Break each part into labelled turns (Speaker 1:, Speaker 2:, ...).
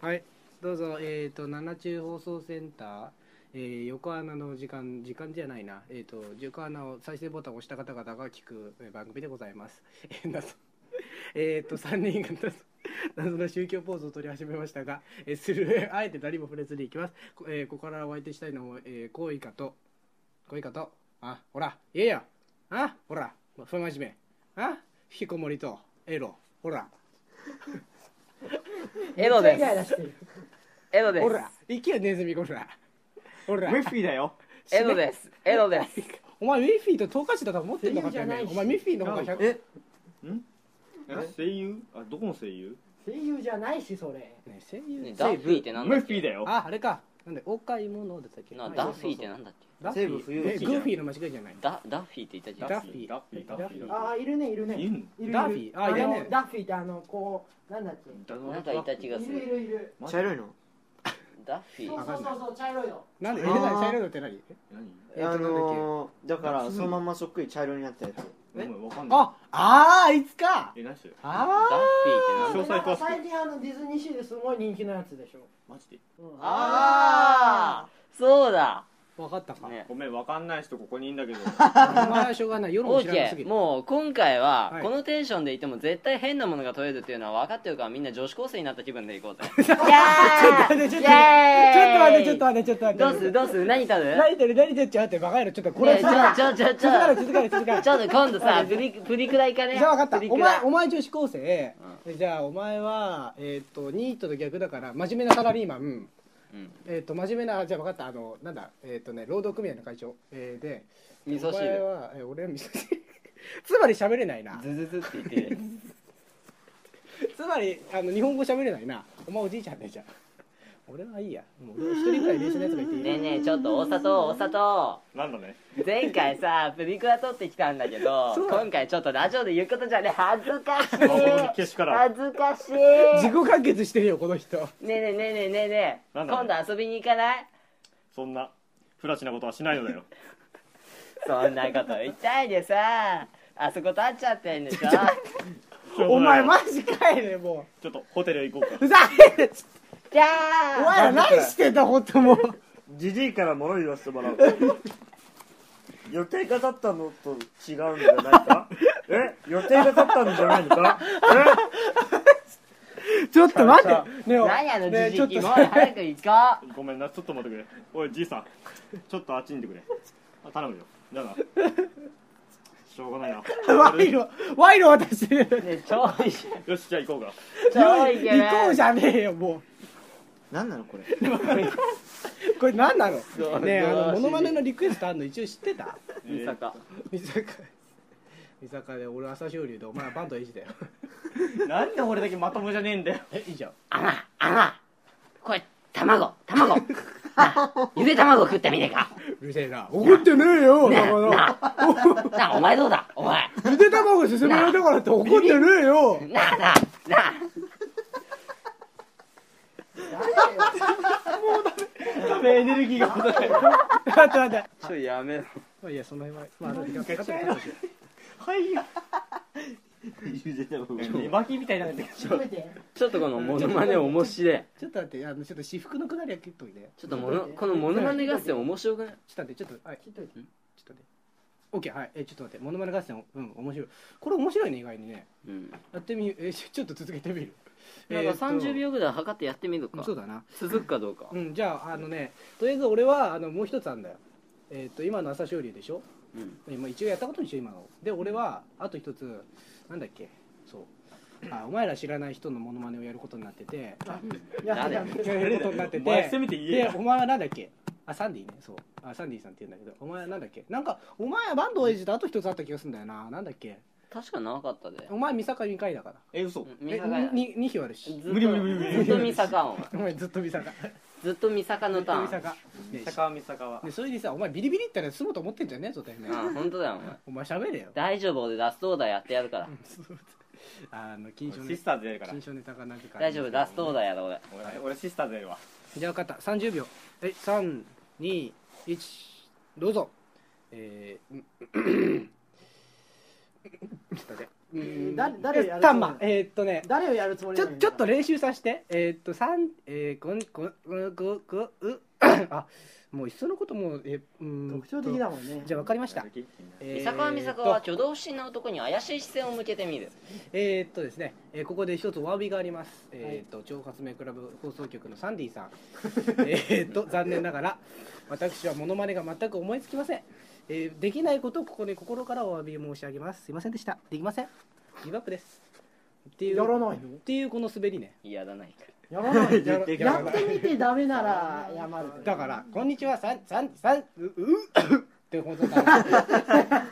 Speaker 1: はい、どうぞ、えっ、と、七中放送センター、えー横穴の時間、時間じゃないな、えっ、と、横穴を再生ボタンを押した方々が聞くえー番組でございます。 えー、謎えっと、3人が謎 謎の宗教ポーズを取り始めましたが、えーする、 あえて誰も触れずにいきます。こえーここからお相手したいのは、えー、こういかと、こういかと、あ、ほら、言えよ、あ、ほら、不真面目、あ、引きこもりと、エロ、ほら、
Speaker 2: エロです
Speaker 3: めっちゃイライラしてる
Speaker 2: エロで
Speaker 1: ほ
Speaker 2: す
Speaker 1: ら、行けよ、ネズミ、ほら、ほら、
Speaker 4: ムッフィーだよ
Speaker 2: エロですエロです
Speaker 1: お前ミッフィーとトーカチだから持ってんのかって
Speaker 3: 声優じゃないし
Speaker 1: お前ミッフィーの方が100
Speaker 4: えん声優あどこの声優
Speaker 3: 声優じゃないしそれ
Speaker 1: ね声優
Speaker 2: ねダ
Speaker 1: セ
Speaker 2: ッ
Speaker 1: ー
Speaker 2: フ
Speaker 1: ブ
Speaker 2: ィーってなんだ
Speaker 4: ムッ
Speaker 2: っ
Speaker 4: フィーだ
Speaker 2: け
Speaker 4: よ
Speaker 1: ああれかなんでお買い物だったっけ
Speaker 2: な
Speaker 1: はい
Speaker 2: ダッフィーってなんだっけ
Speaker 1: ダッ
Speaker 4: セーブ冬
Speaker 1: えグーフィーの間違いじゃない
Speaker 2: ダダッフィーって言ったじゃん
Speaker 1: ダッフィー
Speaker 4: ダッフィーダッフィー
Speaker 3: ああいるねいるね
Speaker 4: いるの
Speaker 3: いる
Speaker 1: ダッフィーあ
Speaker 3: あ
Speaker 1: いる
Speaker 3: の
Speaker 1: ね
Speaker 3: ダッフィーってあのこうなんだっけい
Speaker 2: なんかいた気がす
Speaker 3: るい
Speaker 2: る
Speaker 3: るいる
Speaker 5: 茶色いの
Speaker 2: ダッフィ
Speaker 3: そう
Speaker 2: ー
Speaker 3: そうそうそう茶色いの
Speaker 1: なんでえ
Speaker 5: あー
Speaker 1: 何茶色いのって何
Speaker 4: 何
Speaker 1: えっと
Speaker 5: あ
Speaker 1: なんだっ
Speaker 5: のー、だからそのまんまそっくり茶色になったやつ
Speaker 4: お前わか
Speaker 1: け
Speaker 4: んない
Speaker 1: ああーあいつか
Speaker 4: え何してる
Speaker 2: ダッ
Speaker 1: あ
Speaker 2: フィーってなんだ
Speaker 4: 詳細詳細
Speaker 3: 最近あのディズニーシーですごい人気のやつでしょ、
Speaker 4: マジで
Speaker 3: うん
Speaker 2: あーそうだ
Speaker 1: あ分かったか
Speaker 2: ね
Speaker 4: ごめんわかんない人ここにいんだ けど
Speaker 1: お前はしょうがない世
Speaker 2: オ
Speaker 1: 論知
Speaker 2: ー
Speaker 1: ら
Speaker 2: ケ
Speaker 1: なすぎ
Speaker 2: ー
Speaker 1: る
Speaker 2: もう今回
Speaker 1: は
Speaker 2: はいこのテンションでいても絶対変なものが取れるっていうのは分かってるからみんな女子高生になった気分で いこうぜ
Speaker 1: ちょっと待ってちょっと待ってちょっと待ってちょっと待ってちょっ
Speaker 2: ど
Speaker 1: と待
Speaker 2: うす
Speaker 1: って
Speaker 2: るどうする何 取る
Speaker 1: 何言ってる何言ってるちょっと待ってバカ野郎ちょっとこ
Speaker 2: ね
Speaker 1: れ
Speaker 2: えち
Speaker 1: 続かない
Speaker 2: ょちょちょち
Speaker 1: 続かない
Speaker 2: ょ
Speaker 1: 続かない続かない
Speaker 2: ちょっと今度さプリプリクラ行かね
Speaker 1: じゃあ分かった
Speaker 2: プリ
Speaker 1: お
Speaker 2: クラ
Speaker 1: 前お前女子高生、じゃあお前はえっ、とニートと逆だから真面目なサラリーマン、
Speaker 2: うん
Speaker 1: えっ、と真面目なじゃあ分かったあのなんだえっ、とね労働組合の会長、えーで
Speaker 2: 味噌
Speaker 1: お前
Speaker 2: 汁
Speaker 1: は、えー俺は味噌汁 つまり喋れないな
Speaker 2: ズズズって言ってる
Speaker 1: つまりあの日本語喋れないなお前おじいちゃんねじゃあ俺はいいやもう俺は一人ぐらい練習のやつがいていい
Speaker 2: ねえねえちょっとお砂糖お砂糖
Speaker 4: なんだね
Speaker 2: 前 回さプリクラ撮ってきたんだけど
Speaker 1: そう
Speaker 2: 今回ちょっとラジオで言うことじゃねえ恥ずかしい
Speaker 4: あこの消しから
Speaker 2: 恥ずかしい
Speaker 1: 自己完結してるよこの人
Speaker 2: ねえねえねえねえねえねえ
Speaker 4: なんだ
Speaker 2: 今度遊びに行かない
Speaker 4: そんなフラチなことはしないの だよ
Speaker 2: そんなこと言ったいでさあそこ立っちゃってんでしょ
Speaker 1: お前マジかいねも
Speaker 4: ちょっとホテルへ行こうか
Speaker 1: うふざけんな
Speaker 2: じゃ
Speaker 1: お
Speaker 2: あ
Speaker 1: 前ら何してたほんともう
Speaker 5: じじいから物言わせてもらう 予定が立ったのと違うんじゃないかえ予定が立ったんじゃないのか
Speaker 1: ちょっと待ってねえお
Speaker 2: 何あの
Speaker 1: ね
Speaker 2: じ
Speaker 1: えちょ
Speaker 2: じ
Speaker 1: っ
Speaker 2: き
Speaker 1: と
Speaker 2: もう
Speaker 1: さ
Speaker 2: 早く行こ
Speaker 4: ごめんなちょっと待ってくれおいじいさんちょっとあっちにいてくれあ頼むよだがしょうがないな
Speaker 1: 賄賂賄賂渡して
Speaker 2: う
Speaker 1: る
Speaker 2: ねえ超いいじゃ
Speaker 4: よしじゃあ行こうか
Speaker 2: ん超いいじゃん
Speaker 1: 行こうじゃねえよも
Speaker 5: 何なのこれ
Speaker 1: うこれ何なの
Speaker 2: そう
Speaker 1: ねえあ
Speaker 2: そう
Speaker 1: のモノマネのリクエストあんの一応知ってた
Speaker 2: い坂
Speaker 1: 三坂三坂で俺朝青龍でお前はバンドエイジだよ
Speaker 4: えーなんで俺だけまともじゃねえんだよ
Speaker 1: えいいじゃん
Speaker 2: あらあらこれ卵卵なあゆで卵食ってみねえか
Speaker 1: うるせえな怒ってねえよだから
Speaker 2: なあなあお前どうだお前
Speaker 1: ゆで卵勧められたからって怒ってねえよ
Speaker 2: なあなあなあ
Speaker 4: エネルギー が戻らない
Speaker 1: 待って待って
Speaker 2: ちょやめろ
Speaker 1: まあいいやその辺はまあ後でガチャガチャ
Speaker 4: はいよ
Speaker 5: ゆで卵
Speaker 4: 寝巻きみたいになってる
Speaker 3: ちょっと見て
Speaker 2: ちょっとこのモノマネ面白い
Speaker 1: ちょっと待ってあのちょっと私服のくだりは切っといて
Speaker 2: ちょっとものこのモノマネ合戦面白くない
Speaker 1: ちょっと待ってちょっとはい
Speaker 3: 聞いといて
Speaker 1: ちょっとね。オッケーはい。えちょっと待って。モノマネ合戦うん面白い。これ面白いね意外にね。
Speaker 2: うん
Speaker 1: やってみえちょちょっと続けてみる。
Speaker 2: なんか30
Speaker 1: えーっ
Speaker 2: 秒ぐらい測ってやってみる
Speaker 1: と
Speaker 2: か
Speaker 1: そうだな。
Speaker 2: 続くかどうか
Speaker 1: うんじゃああのねとりあえず俺はあのもう一つあんだよ。えーっと今の朝青龍でしょ。
Speaker 2: うん
Speaker 1: 今一応やったことにしよう今の。で俺はあと一つなんだっけそう。あお前ら知らない人のモノマネをやることになってて、
Speaker 3: やってた
Speaker 1: やることになって
Speaker 4: お前せ
Speaker 1: て、
Speaker 4: めて言え
Speaker 1: で
Speaker 4: よ
Speaker 1: お前はなんだっけ、あサンディね、そう、あサンディさんって言うんだけど、お前はなんだっけ、なんかお前はバンドエイジとあと一つあった気がするんだよな、なんだっけ、
Speaker 2: 確か長かったで
Speaker 1: お前三坂2回だから
Speaker 4: え嘘
Speaker 2: 見
Speaker 1: え
Speaker 2: 境ない
Speaker 1: にに2票あるし
Speaker 2: ずっと
Speaker 4: 無理無理無理無理
Speaker 2: ずっと三坂お前
Speaker 1: お前ずっと三坂
Speaker 2: ずっと三坂のタ
Speaker 1: ず
Speaker 2: ー
Speaker 1: っ
Speaker 2: ン
Speaker 1: と三坂ね
Speaker 4: 坂は三坂は
Speaker 1: でそれにさお前ビリビリったら済むと思ってんじゃねえぞてめえ
Speaker 2: あ本当だよお前
Speaker 1: お前喋れよ
Speaker 2: 大丈夫俺ラストオーダーやってやるから
Speaker 1: あの金賞
Speaker 4: シ
Speaker 1: ネ
Speaker 4: スターズやるから
Speaker 1: 金賞ネタがなぜか
Speaker 2: 大丈夫ラストオーダーやろ俺
Speaker 4: 俺俺シスターズやるわ
Speaker 1: じゃあ分かった30秒え三321どうぞえー、うん ちょっと待ってうん
Speaker 3: だ誰やるつもり
Speaker 1: タンマえーっとね
Speaker 3: 誰をやるつもり
Speaker 1: ち
Speaker 3: な
Speaker 1: ょ
Speaker 3: の
Speaker 1: ちょっと練習させてえーっと三えー、こんこんこここう あもういっそのこともうえうーんと
Speaker 3: 特徴的だもんね
Speaker 1: じゃあわかりました
Speaker 2: 三
Speaker 1: 三
Speaker 2: 坂美坂は挙動不審な男に怪しい視線を向けてみる
Speaker 1: えーっとですね、えーここで一つお詫びがあります。えーっと、超発明クラブ放送局のサンディさん。 えーっと、残念ながら、私はモノマネが全く思いつきません。えーできないことをここに心からお詫び申し上げます。すいませんでした。できません。ギブアップです。っていう、
Speaker 3: やらない
Speaker 1: っ
Speaker 3: の
Speaker 1: ていうこの滑りね。
Speaker 2: いやだないか
Speaker 3: や らない
Speaker 1: やらない
Speaker 3: やってみてダメなら謝る
Speaker 1: だから、こんにちは、さん、さん、さん、う、う、ってことになる。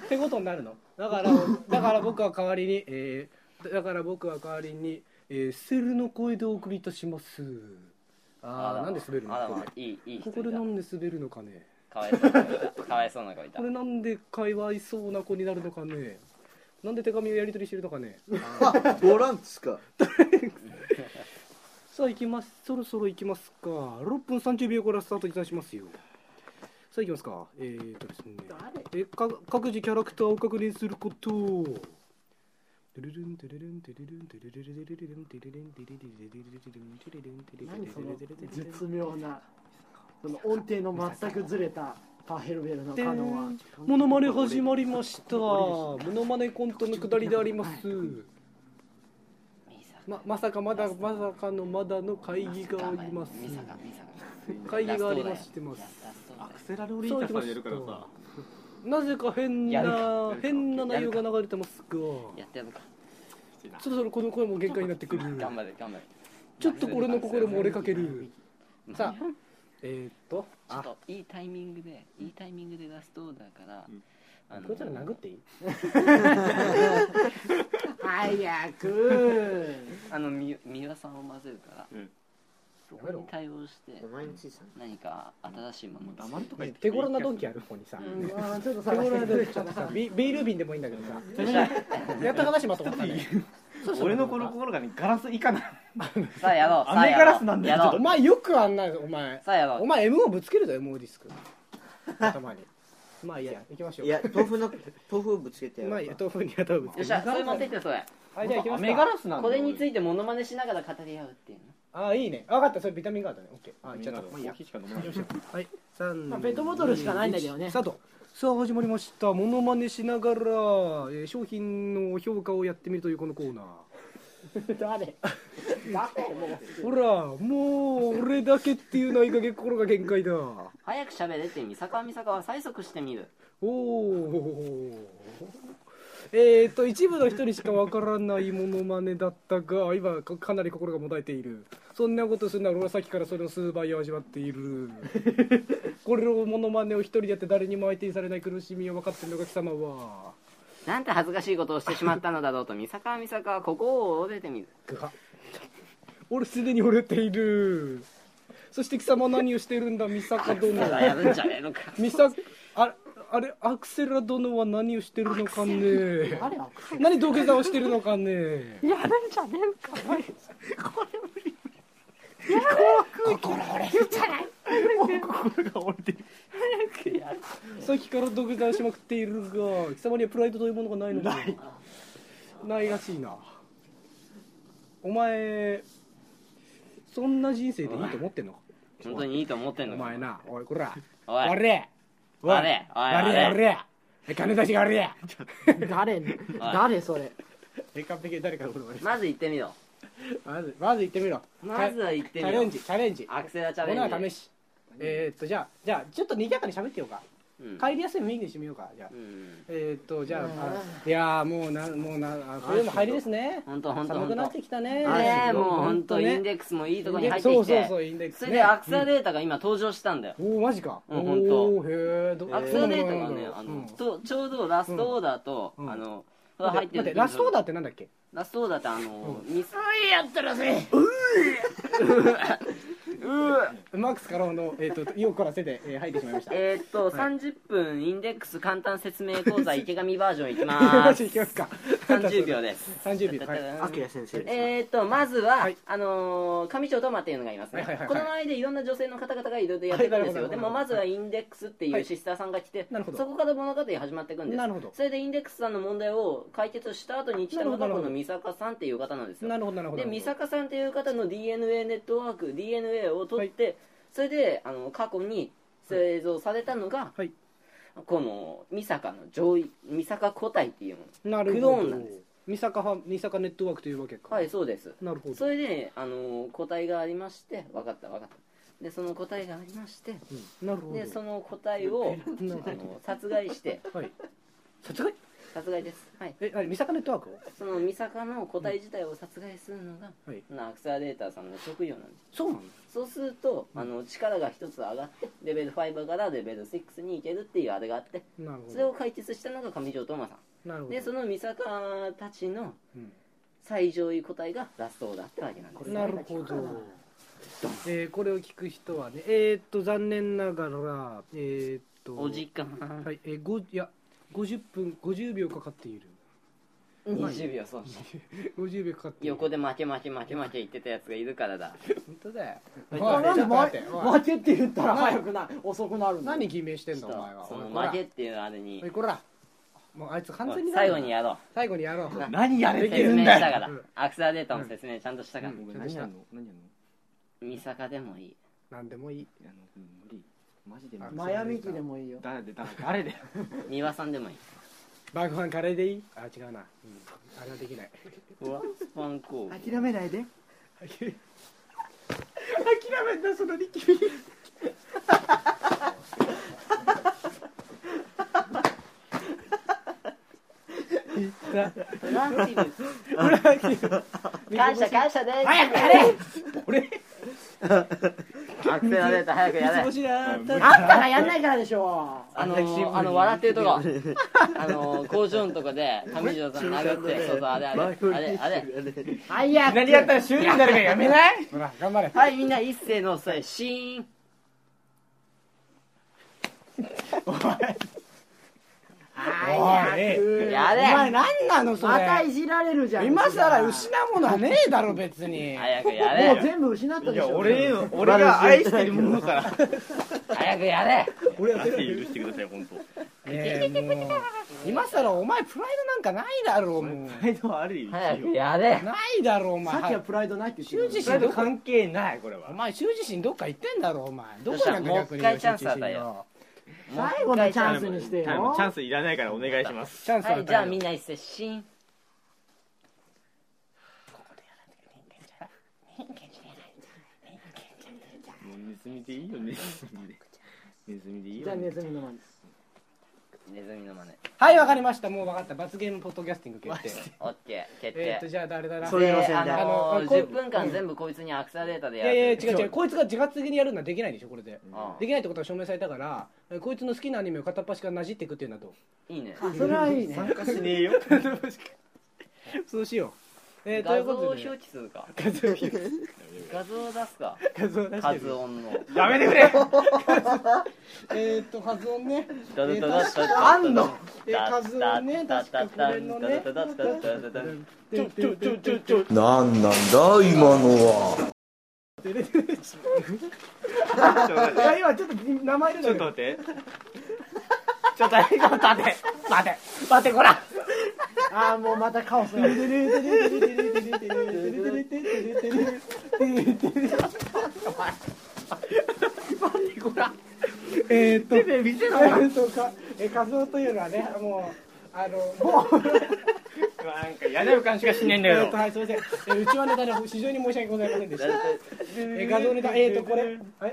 Speaker 1: ってことになるの。だから、だから僕は代わりに、えー、だから僕は代わりに、えー、セルの声でお送りいたします。あ
Speaker 2: ら
Speaker 1: あ、なんで滑るの
Speaker 2: あら
Speaker 1: こ
Speaker 2: ま
Speaker 1: れ
Speaker 2: いいいい人
Speaker 1: こ
Speaker 2: い
Speaker 1: こで
Speaker 2: た
Speaker 1: なんで滑るのかね。
Speaker 2: かわいそうな子いたかわいそうな子いた
Speaker 1: これなんでかわいそうな子になるのかね。なんで手紙をやり取りしてるのか ね。あー
Speaker 6: ボランツか
Speaker 1: さあ、行きます。そろそろ行きますか。6分30秒からスタートいたしますよ。さあ、行きますか。えーとですね。
Speaker 3: 誰
Speaker 1: えか各自キャラクターを確認することトゥルルントゥルルントゥルルントゥルルルルルルントゥルルントゥルルルルルルルルントゥルルントゥルルントゥルルルルルルル
Speaker 3: 何その
Speaker 1: ルルル
Speaker 3: 絶妙なその音程の全くずれたパヘルベルのカノは
Speaker 1: モノマネ始まりましたモノマネコントのくだりであります
Speaker 2: 三坂
Speaker 1: ままさかまだまさかのまだの会議があります
Speaker 2: 三坂三坂
Speaker 1: 会議がありますしてます
Speaker 2: ラストだ
Speaker 6: ア
Speaker 2: よ
Speaker 6: クセラルオリエンタスさんやるからさ
Speaker 1: なぜか変
Speaker 2: やる
Speaker 1: な
Speaker 2: か
Speaker 1: 変な内容が流れてますが
Speaker 2: やってやるか
Speaker 1: そろそろこの声も限界になってくる
Speaker 2: 頑張れ頑張れ
Speaker 1: ちょっとこれの心も折れかけるさあえー、っと
Speaker 2: ちょっといいタイミングでいいタイミングでラストオーダーから、
Speaker 4: うん
Speaker 2: あの
Speaker 1: こいつら殴っていい
Speaker 3: 早く
Speaker 2: あのみ三輪さんを混ぜるから、
Speaker 4: うん
Speaker 2: そこに対応して
Speaker 6: お前の小さな
Speaker 2: 何か新しいものを
Speaker 4: 黙るとか言って
Speaker 1: 手頃なドンキあるここにさ
Speaker 3: うんあーちょっと
Speaker 1: 手
Speaker 3: 探し
Speaker 1: 頃な
Speaker 3: て
Speaker 1: ド
Speaker 3: く
Speaker 1: ン
Speaker 3: れ
Speaker 1: キ
Speaker 3: ち
Speaker 1: ちょ
Speaker 3: ゃ
Speaker 1: っ
Speaker 3: っ
Speaker 1: と
Speaker 3: た
Speaker 1: さビビール瓶でもいいんだけどさやった話まとまったね
Speaker 4: 俺のこの心がねガラス以下な
Speaker 2: さあやろうさあ
Speaker 4: 雨
Speaker 2: や
Speaker 4: ガ
Speaker 2: ろ
Speaker 4: ラ
Speaker 2: う
Speaker 4: スなんだ
Speaker 2: や
Speaker 4: よ
Speaker 2: ろ
Speaker 1: お
Speaker 2: う
Speaker 1: 前よくあんなお前
Speaker 2: さあやろう
Speaker 1: お前 M をぶつけるぞ M ディスク頭にまあいいや行きましょう
Speaker 6: いや豆腐の豆腐ぶつけてや
Speaker 1: まあい
Speaker 6: る
Speaker 1: いや
Speaker 6: か
Speaker 1: 豆腐に頭ぶつ
Speaker 2: よ
Speaker 1: け
Speaker 2: っしゃそれ持ってってそれ
Speaker 1: はいじゃあ行きます
Speaker 4: 雨ガ
Speaker 1: か
Speaker 4: ラスなんだ
Speaker 2: これにつ
Speaker 4: いて
Speaker 2: いてモノマネしながら語り合うっていう
Speaker 1: あいいね分かったそれビタミンガードねオッケーあいっ
Speaker 4: み
Speaker 1: ち
Speaker 4: ん
Speaker 1: ゃっ
Speaker 4: な
Speaker 1: たま
Speaker 4: でコ
Speaker 1: あいい
Speaker 4: ー
Speaker 1: や
Speaker 4: ヒーしか飲まない
Speaker 1: はい、三、
Speaker 3: まあペットボトルしかないんだけどね
Speaker 1: スタート。さあ始まりました。モノマネしながら、えー商品の評価をやってみるというこのコーナー。
Speaker 3: 誰誰もう
Speaker 1: ほら、もう俺だけっていうのはいい加減心が限界だ。
Speaker 2: 早く喋れって三坂は三坂は催促してみる
Speaker 1: おお。えー、と一部の人にしかわからないモノマネだったが今かかなり心がもたえているそんなことするなら俺はさっきからそれの数倍を味わってい るこれをモノマネを一人でやって誰にも相手にされない苦しみを分かっているのが貴様は
Speaker 2: なんて恥ずかしいことをしてしまったのだろうと三坂は三坂はここを折れてみる
Speaker 1: ぐは俺すでに折れているそして貴様何をしているんだ三坂殿
Speaker 2: ただやるんじゃねえのか
Speaker 1: 三坂あれあれアクセラ殿は何をしてるのかね
Speaker 3: 誰アクセル
Speaker 1: 何土下座をしてるのかね
Speaker 2: やるんじゃねえのか
Speaker 4: 心が折れてる
Speaker 1: さっきから土下座をしまくっているが貴様にはプライドというものがないのかないないらしいなお前そんな人生でいいと思ってんのか
Speaker 2: 本当にいいと思ってん
Speaker 1: お
Speaker 2: の
Speaker 1: 前なおいこら
Speaker 2: おい
Speaker 1: 悪い
Speaker 2: 悪い悪い
Speaker 1: 悪い悪い金出しが悪い
Speaker 3: 誰誰それ
Speaker 1: え完璧に誰から俺ま
Speaker 2: まず行ってみろ
Speaker 1: ずまず行ってみろ
Speaker 2: まずは行って
Speaker 1: チャ
Speaker 2: み
Speaker 1: レ
Speaker 2: ろ
Speaker 1: ンジチャレンジ
Speaker 2: アクセラチャ
Speaker 1: もの
Speaker 2: レン
Speaker 1: は
Speaker 2: ジ
Speaker 1: 試しえー、っとじゃあじゃあちょっと賑やかに喋ってようか、
Speaker 2: うん
Speaker 1: 帰りやすい雰囲気にしてみようかじゃあ、
Speaker 2: うん
Speaker 1: えー、っとじゃあ,あ
Speaker 3: うん
Speaker 1: の、いやーもうなもうなあ冬も入りですね
Speaker 2: 本当本当
Speaker 1: 寒く
Speaker 2: 本
Speaker 1: なっ
Speaker 2: 当
Speaker 1: てきたね
Speaker 2: ねえもう
Speaker 1: ほん
Speaker 2: 本
Speaker 1: と
Speaker 2: 当
Speaker 1: ね
Speaker 2: インデックスもいいとこに入って
Speaker 1: そ
Speaker 2: き
Speaker 1: うそうそ
Speaker 2: て
Speaker 1: うインデックス
Speaker 2: そ
Speaker 1: ね
Speaker 2: れでアクセラデータが今登場したんだよ
Speaker 1: おおマジか
Speaker 2: うんほんと
Speaker 1: おーへえど
Speaker 2: アクセラデータが
Speaker 1: どう
Speaker 2: ね
Speaker 1: な
Speaker 2: あ
Speaker 1: んだろうう
Speaker 2: の
Speaker 1: ん
Speaker 2: とちょうどラストオーダーと
Speaker 1: うん
Speaker 2: あの
Speaker 1: 待
Speaker 2: 入
Speaker 1: っ
Speaker 2: ってて
Speaker 1: 待っ
Speaker 2: る
Speaker 1: てラストオーダー
Speaker 2: ー
Speaker 1: ってなんだっけ
Speaker 2: ラストオーダーってあのミスやったらせううう
Speaker 1: マックスからの、えー、と 意を凝らせて、えー入ってしまいました。
Speaker 2: えーっと、
Speaker 1: はい
Speaker 2: 30分インデックス簡単説明講座池上バージョンいき
Speaker 1: マ
Speaker 2: ま
Speaker 1: ジ
Speaker 2: す
Speaker 1: でいきますか。
Speaker 2: 30秒で す
Speaker 1: 30秒。はい。
Speaker 6: あきら先生ですね
Speaker 2: えーっとまずは、
Speaker 1: はい
Speaker 2: あのー上条トマっていうのがいますね、
Speaker 1: はいはいはい
Speaker 2: この間いろんな女性の方々がいろいろやってるんですよ、
Speaker 1: はい
Speaker 2: でもまずはインデックスってい
Speaker 1: は
Speaker 2: う
Speaker 1: い
Speaker 2: シスターさんが来て、
Speaker 1: なるほど
Speaker 2: そこから物語が始まっていくんです
Speaker 1: なるほど
Speaker 2: それでインデックスさんの問題を解決した後に来たのが
Speaker 1: なる
Speaker 2: こ
Speaker 1: ほど
Speaker 2: の美坂さんっていう方なんですよ
Speaker 1: なるほどなるほど。
Speaker 2: で美坂さんっていう方の DNA ネットワーク DNA を取って、それであの過去に製造されたのが、
Speaker 1: はい
Speaker 2: この美坂の上位美坂個体っていうも
Speaker 1: な
Speaker 2: の
Speaker 1: る
Speaker 2: ク
Speaker 1: ほ
Speaker 2: ロ
Speaker 1: ど。
Speaker 2: ーンなんです
Speaker 1: 三坂ファン三坂ネットワークというわけか。
Speaker 2: はい。そうです
Speaker 1: なるほど。
Speaker 2: それであの個体がありまして分かった分かったでその個体がありまして
Speaker 1: うんなるほど。
Speaker 2: でその個体を
Speaker 1: なる
Speaker 2: あの殺害して
Speaker 1: ほどはい。殺害？
Speaker 2: 殺害ですはい
Speaker 1: え、あれ三坂ネットワークを？
Speaker 2: その美坂の個体自体を殺害するのが、
Speaker 1: はい
Speaker 2: このアクセラレーターさんの職業なんです
Speaker 1: そうなの。
Speaker 2: そうすると、
Speaker 1: うん
Speaker 2: あの力が一つ上がってレベル5からレベル6に行けるっていうあれがあって
Speaker 1: なるほ
Speaker 2: それを
Speaker 1: ど。
Speaker 2: 解決したのが上条斗真さ
Speaker 1: なるほ
Speaker 2: ん
Speaker 1: ど。
Speaker 2: でその三坂たちの
Speaker 1: うん
Speaker 2: 最上位個体がラストオーダーってわけなんです
Speaker 1: なるほど。えー、これを聞く人はね、えー、っと残念ながら、えー、っと、
Speaker 2: お時間、
Speaker 1: はい、えー、ごいや50分50秒かかっている。
Speaker 2: 20秒損し
Speaker 1: 50秒かかっている。
Speaker 2: 横で負け負け負け負け言ってたやつがいるからだ
Speaker 1: 本当だよ。
Speaker 2: おい
Speaker 1: おい
Speaker 3: なん
Speaker 1: ち
Speaker 3: で
Speaker 1: ょっと待っておい
Speaker 3: 負けって言ったら早くない遅くなるんだよ
Speaker 1: 何偽名してんだ
Speaker 2: そ
Speaker 1: お前は。おい
Speaker 2: の負けっていうのあれに
Speaker 1: おいこらもうあいつ完全
Speaker 2: おい
Speaker 1: に
Speaker 2: 最後にやろう
Speaker 1: 最後にやろう
Speaker 4: 何やれて
Speaker 2: 説
Speaker 4: る
Speaker 2: 明し
Speaker 4: ん
Speaker 2: た
Speaker 4: だよ
Speaker 2: から、
Speaker 1: うん
Speaker 2: アクセラレーターの説明ちゃんとしたから、
Speaker 1: ん
Speaker 4: 何やんの何やんの
Speaker 2: 三坂でもいい
Speaker 1: なんでもいい
Speaker 4: いやあのうん無理マジで無
Speaker 1: あ
Speaker 4: 理
Speaker 3: マヤミキでもいいよ
Speaker 4: 誰で誰誰で
Speaker 2: 三輪さんでもいい
Speaker 1: 晩ご飯カレーでいいあ違うな、うん、あれはできない
Speaker 2: うわスパンコーブ
Speaker 6: 諦めないで
Speaker 1: 諦めんなその力 み
Speaker 2: フランティブ感
Speaker 1: 感
Speaker 2: 謝感謝です
Speaker 1: 早くやれ俺
Speaker 2: アクセラレーター早くや れ
Speaker 1: 星だった
Speaker 2: あんたがやんないから
Speaker 3: でしょ
Speaker 2: あのー、あの笑ってるとこあのー、工場のとこで上条さん殴ってそうそうあれあれあれあれ早く
Speaker 1: やったら修理になるからやめないほら頑張れ
Speaker 2: はいみんな一斉のせシーン
Speaker 1: おいええ
Speaker 2: やれ
Speaker 1: お前何なのそ
Speaker 3: また
Speaker 1: れ
Speaker 3: いじられるじゃん
Speaker 1: 今さら失うものはねえだろ別に
Speaker 2: 早くや
Speaker 3: もう
Speaker 2: れ
Speaker 3: 全部失ったでしょ
Speaker 4: 俺が愛してるものから
Speaker 2: 早くやれ
Speaker 1: 俺
Speaker 4: 許してください本当
Speaker 1: ええもう今さらお前プライドなんかないだろうもう
Speaker 4: プライドはある意味
Speaker 2: 早くやれ
Speaker 1: ないだろうお前
Speaker 3: さっきはプライドないって言
Speaker 1: 羞
Speaker 3: って
Speaker 1: 恥
Speaker 4: プ
Speaker 1: 心
Speaker 4: ラ
Speaker 1: ど
Speaker 4: イド
Speaker 1: こ
Speaker 4: 関係ないこれ
Speaker 1: お
Speaker 4: は
Speaker 1: 前羞恥心どっか行ってんだろお前ど
Speaker 2: う
Speaker 1: こ
Speaker 2: した
Speaker 1: なんだ
Speaker 2: もう
Speaker 1: 逆
Speaker 2: 一
Speaker 1: に
Speaker 2: 回チャンス
Speaker 1: 羞恥心
Speaker 2: 与えよ
Speaker 3: 最後のチャンスにして
Speaker 4: タイム
Speaker 3: よ
Speaker 4: チャンスいらないからお願いします
Speaker 1: チャンス与え
Speaker 2: は
Speaker 1: よ
Speaker 2: いじゃあみんな一斉シーン
Speaker 4: もうネズミでいいよネズミでネズミでいい
Speaker 3: じゃあ
Speaker 4: よ
Speaker 3: ネズミの前に
Speaker 2: ネズミの真似
Speaker 1: はいわかりましたもうわかった罰ゲームポッドキャスティング決定
Speaker 2: オッケー決
Speaker 1: えーっ
Speaker 2: 定
Speaker 1: とじゃあ誰だな
Speaker 6: そういう路
Speaker 2: で
Speaker 6: 線
Speaker 2: あ
Speaker 6: で
Speaker 1: あ
Speaker 2: の
Speaker 1: の
Speaker 2: ー、
Speaker 1: こう
Speaker 2: 10分間全部こいつにアクセラレーターで
Speaker 1: い
Speaker 2: や
Speaker 1: や
Speaker 2: る
Speaker 1: いや違う違うこいつが自発的にやるのはできないでしょこれで
Speaker 2: ああ
Speaker 1: できないってことは証明されたからえーこいつの好きなアニメを片っ端からなじっていくっていうのはどう
Speaker 2: いいね
Speaker 3: あそれはいいね
Speaker 4: 参加しねえよ
Speaker 1: そうしようえーとい
Speaker 2: 画
Speaker 1: う
Speaker 2: 像
Speaker 1: こ
Speaker 2: を
Speaker 1: と
Speaker 2: 表
Speaker 1: で
Speaker 2: 記するか
Speaker 1: 画像を表記
Speaker 2: 画像を出すか
Speaker 1: 画像を出して
Speaker 2: カ
Speaker 1: る
Speaker 2: ズオンの
Speaker 4: やめてくれ
Speaker 1: えーっと画像ね
Speaker 2: ドドドドドド
Speaker 1: あんのえー画像ね確かこれのねちょちょちょちょちょ
Speaker 7: なんなんだ今のは
Speaker 3: いや今ちょっと名前出
Speaker 4: ち
Speaker 3: な
Speaker 4: ょっ
Speaker 3: い
Speaker 4: と待って
Speaker 3: ああもうまたカオスが
Speaker 1: えーっと、えーっとかえー画像というのはね、もう、あの、もう、
Speaker 4: なんか嫌な予感しかしねえんだ
Speaker 1: え
Speaker 4: よ
Speaker 1: ーっと、はい、すみません、えー、うちはネタで非常に申し訳ございませんでした。えー画像ネタ、えーっと、こ れ、え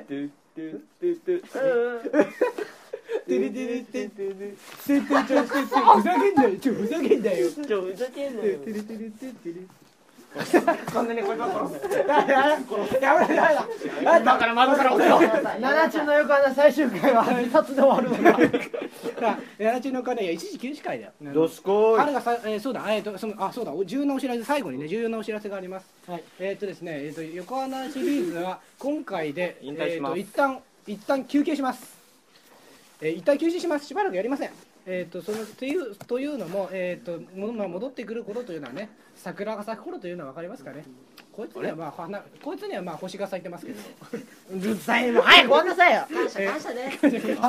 Speaker 1: てれてれててれてれてれてれてれふざけんなよ、ちょ、ふざけんなよ。
Speaker 2: ちょふざけんな
Speaker 1: て
Speaker 2: よ
Speaker 1: れてれてれてれ完全に こいつは殺す。 やめろやめろ。今から窓から落ちろ。
Speaker 3: 七中の横穴最終回は自殺で終わるのか
Speaker 1: やらちの金いや一時休止会だよ。
Speaker 5: どすこー
Speaker 1: 彼
Speaker 5: い
Speaker 1: がさ、えーそうだ、えーと、その、あ、そうだ、お重要なお知らせ、最後にね、重要なお知らせがあります。
Speaker 3: はい
Speaker 1: えーっとですね、えーっと、横穴シリーズは、今回で、
Speaker 4: 引退しま
Speaker 1: えーっ
Speaker 4: す
Speaker 1: と、一旦、一旦休憩します。えー一旦休止します。しばらくやりません。えーっと、その、という、というのも、えーっと、も、まあ、戻ってくる頃というのはね。桜が咲く頃というのは、わかりますかね。こいつには、まあ、花、こいつには、まあ、星が咲いてますけど。うるさいの、早く終わんなさいよ。
Speaker 8: 感謝感謝ね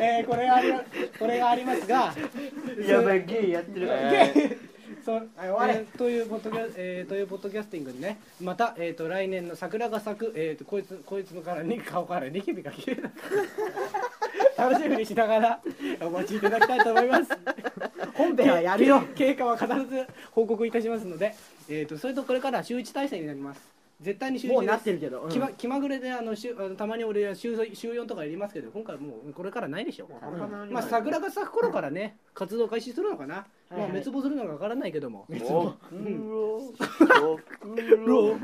Speaker 1: えーこれがあり、これがありますが。
Speaker 5: やばいゲイやってる
Speaker 1: そう、えーというポッドキャ、えーというポッドキャスティングにね、また、えー、と来年の桜が咲く、えー、とこいつこいつのからに顔からニキビが消えた楽しみにしながらお待ちいただきたいと思います。
Speaker 3: 本編はやるよ
Speaker 1: 経過は必ず報告いたしますので、えー、とそれとこれから週一体制になります。絶対に週一
Speaker 3: もう
Speaker 1: で
Speaker 3: なっ
Speaker 1: す。
Speaker 3: てるけど、うん
Speaker 1: 気ま気まぐれであの週あのたまに俺は週週4とかやりますけど今回はもうこれからないでしょ、まあ、桜が咲く頃からね活動開始するのかな、
Speaker 3: はいはい
Speaker 1: まあ、滅亡するのかわからないけども
Speaker 5: おふろふろふろ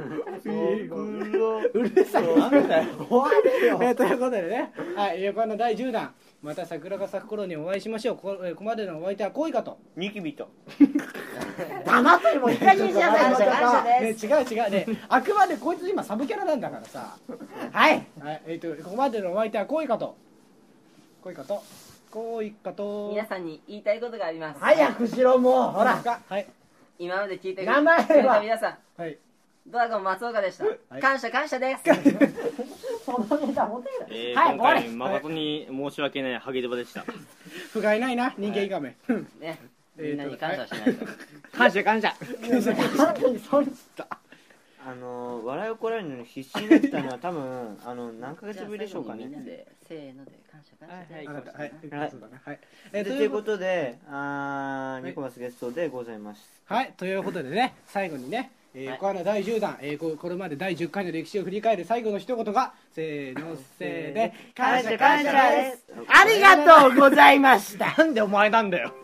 Speaker 1: うるさいな
Speaker 3: 終わるよ
Speaker 1: えーということでね、はい、横の第10弾また桜が咲く頃にお会いしましょうここえーここまでのお相手は恋かと、
Speaker 5: ニキビと
Speaker 3: 黙ってもいい
Speaker 8: 感謝感謝感謝
Speaker 1: ね、
Speaker 8: で
Speaker 1: 違う違うねあくまでこいつ今サブキャラなんだからさ
Speaker 3: はい
Speaker 1: はい、えー、とここまでのお相手は恋かと恋かと恋か
Speaker 2: う
Speaker 1: と
Speaker 2: 皆さんに言いたいことがあります
Speaker 3: 早くしろもうほ
Speaker 1: 何
Speaker 3: ら
Speaker 1: ですかはい
Speaker 2: 今まで聞いてくれ
Speaker 3: 名前は
Speaker 2: た皆さん
Speaker 1: はい
Speaker 2: ドラゴン松岡でした、
Speaker 1: い
Speaker 2: 感謝感謝です
Speaker 3: そのネタ持てる
Speaker 4: えー
Speaker 3: はい
Speaker 4: 今回誠に申し訳ないハゲデバでした
Speaker 1: 不甲斐ないな人間画面、うん
Speaker 2: ね
Speaker 1: えーと
Speaker 2: みんなに感謝しないと
Speaker 4: 感 謝感謝
Speaker 5: あのー笑いをこらえるのに必死になったのは多分あの何ヶ月ぶりでしょうか
Speaker 2: じゃあ最後にみんな
Speaker 5: ね
Speaker 2: でせーので感謝感謝で、
Speaker 5: はい
Speaker 1: わかったはい、
Speaker 5: はい
Speaker 1: そうだねはいえーと
Speaker 5: でと
Speaker 1: い
Speaker 5: いうう
Speaker 1: こ
Speaker 5: こととであーニコマスゲストでございます
Speaker 1: はいということでね最後にね、えー
Speaker 2: はい
Speaker 1: 横穴第10弾、えーここれまで第10回の歴史を振り返る最後の一言がせーのせーで
Speaker 5: 感謝
Speaker 1: 感謝です
Speaker 3: ありがとうございました
Speaker 1: なんでお前なんだよ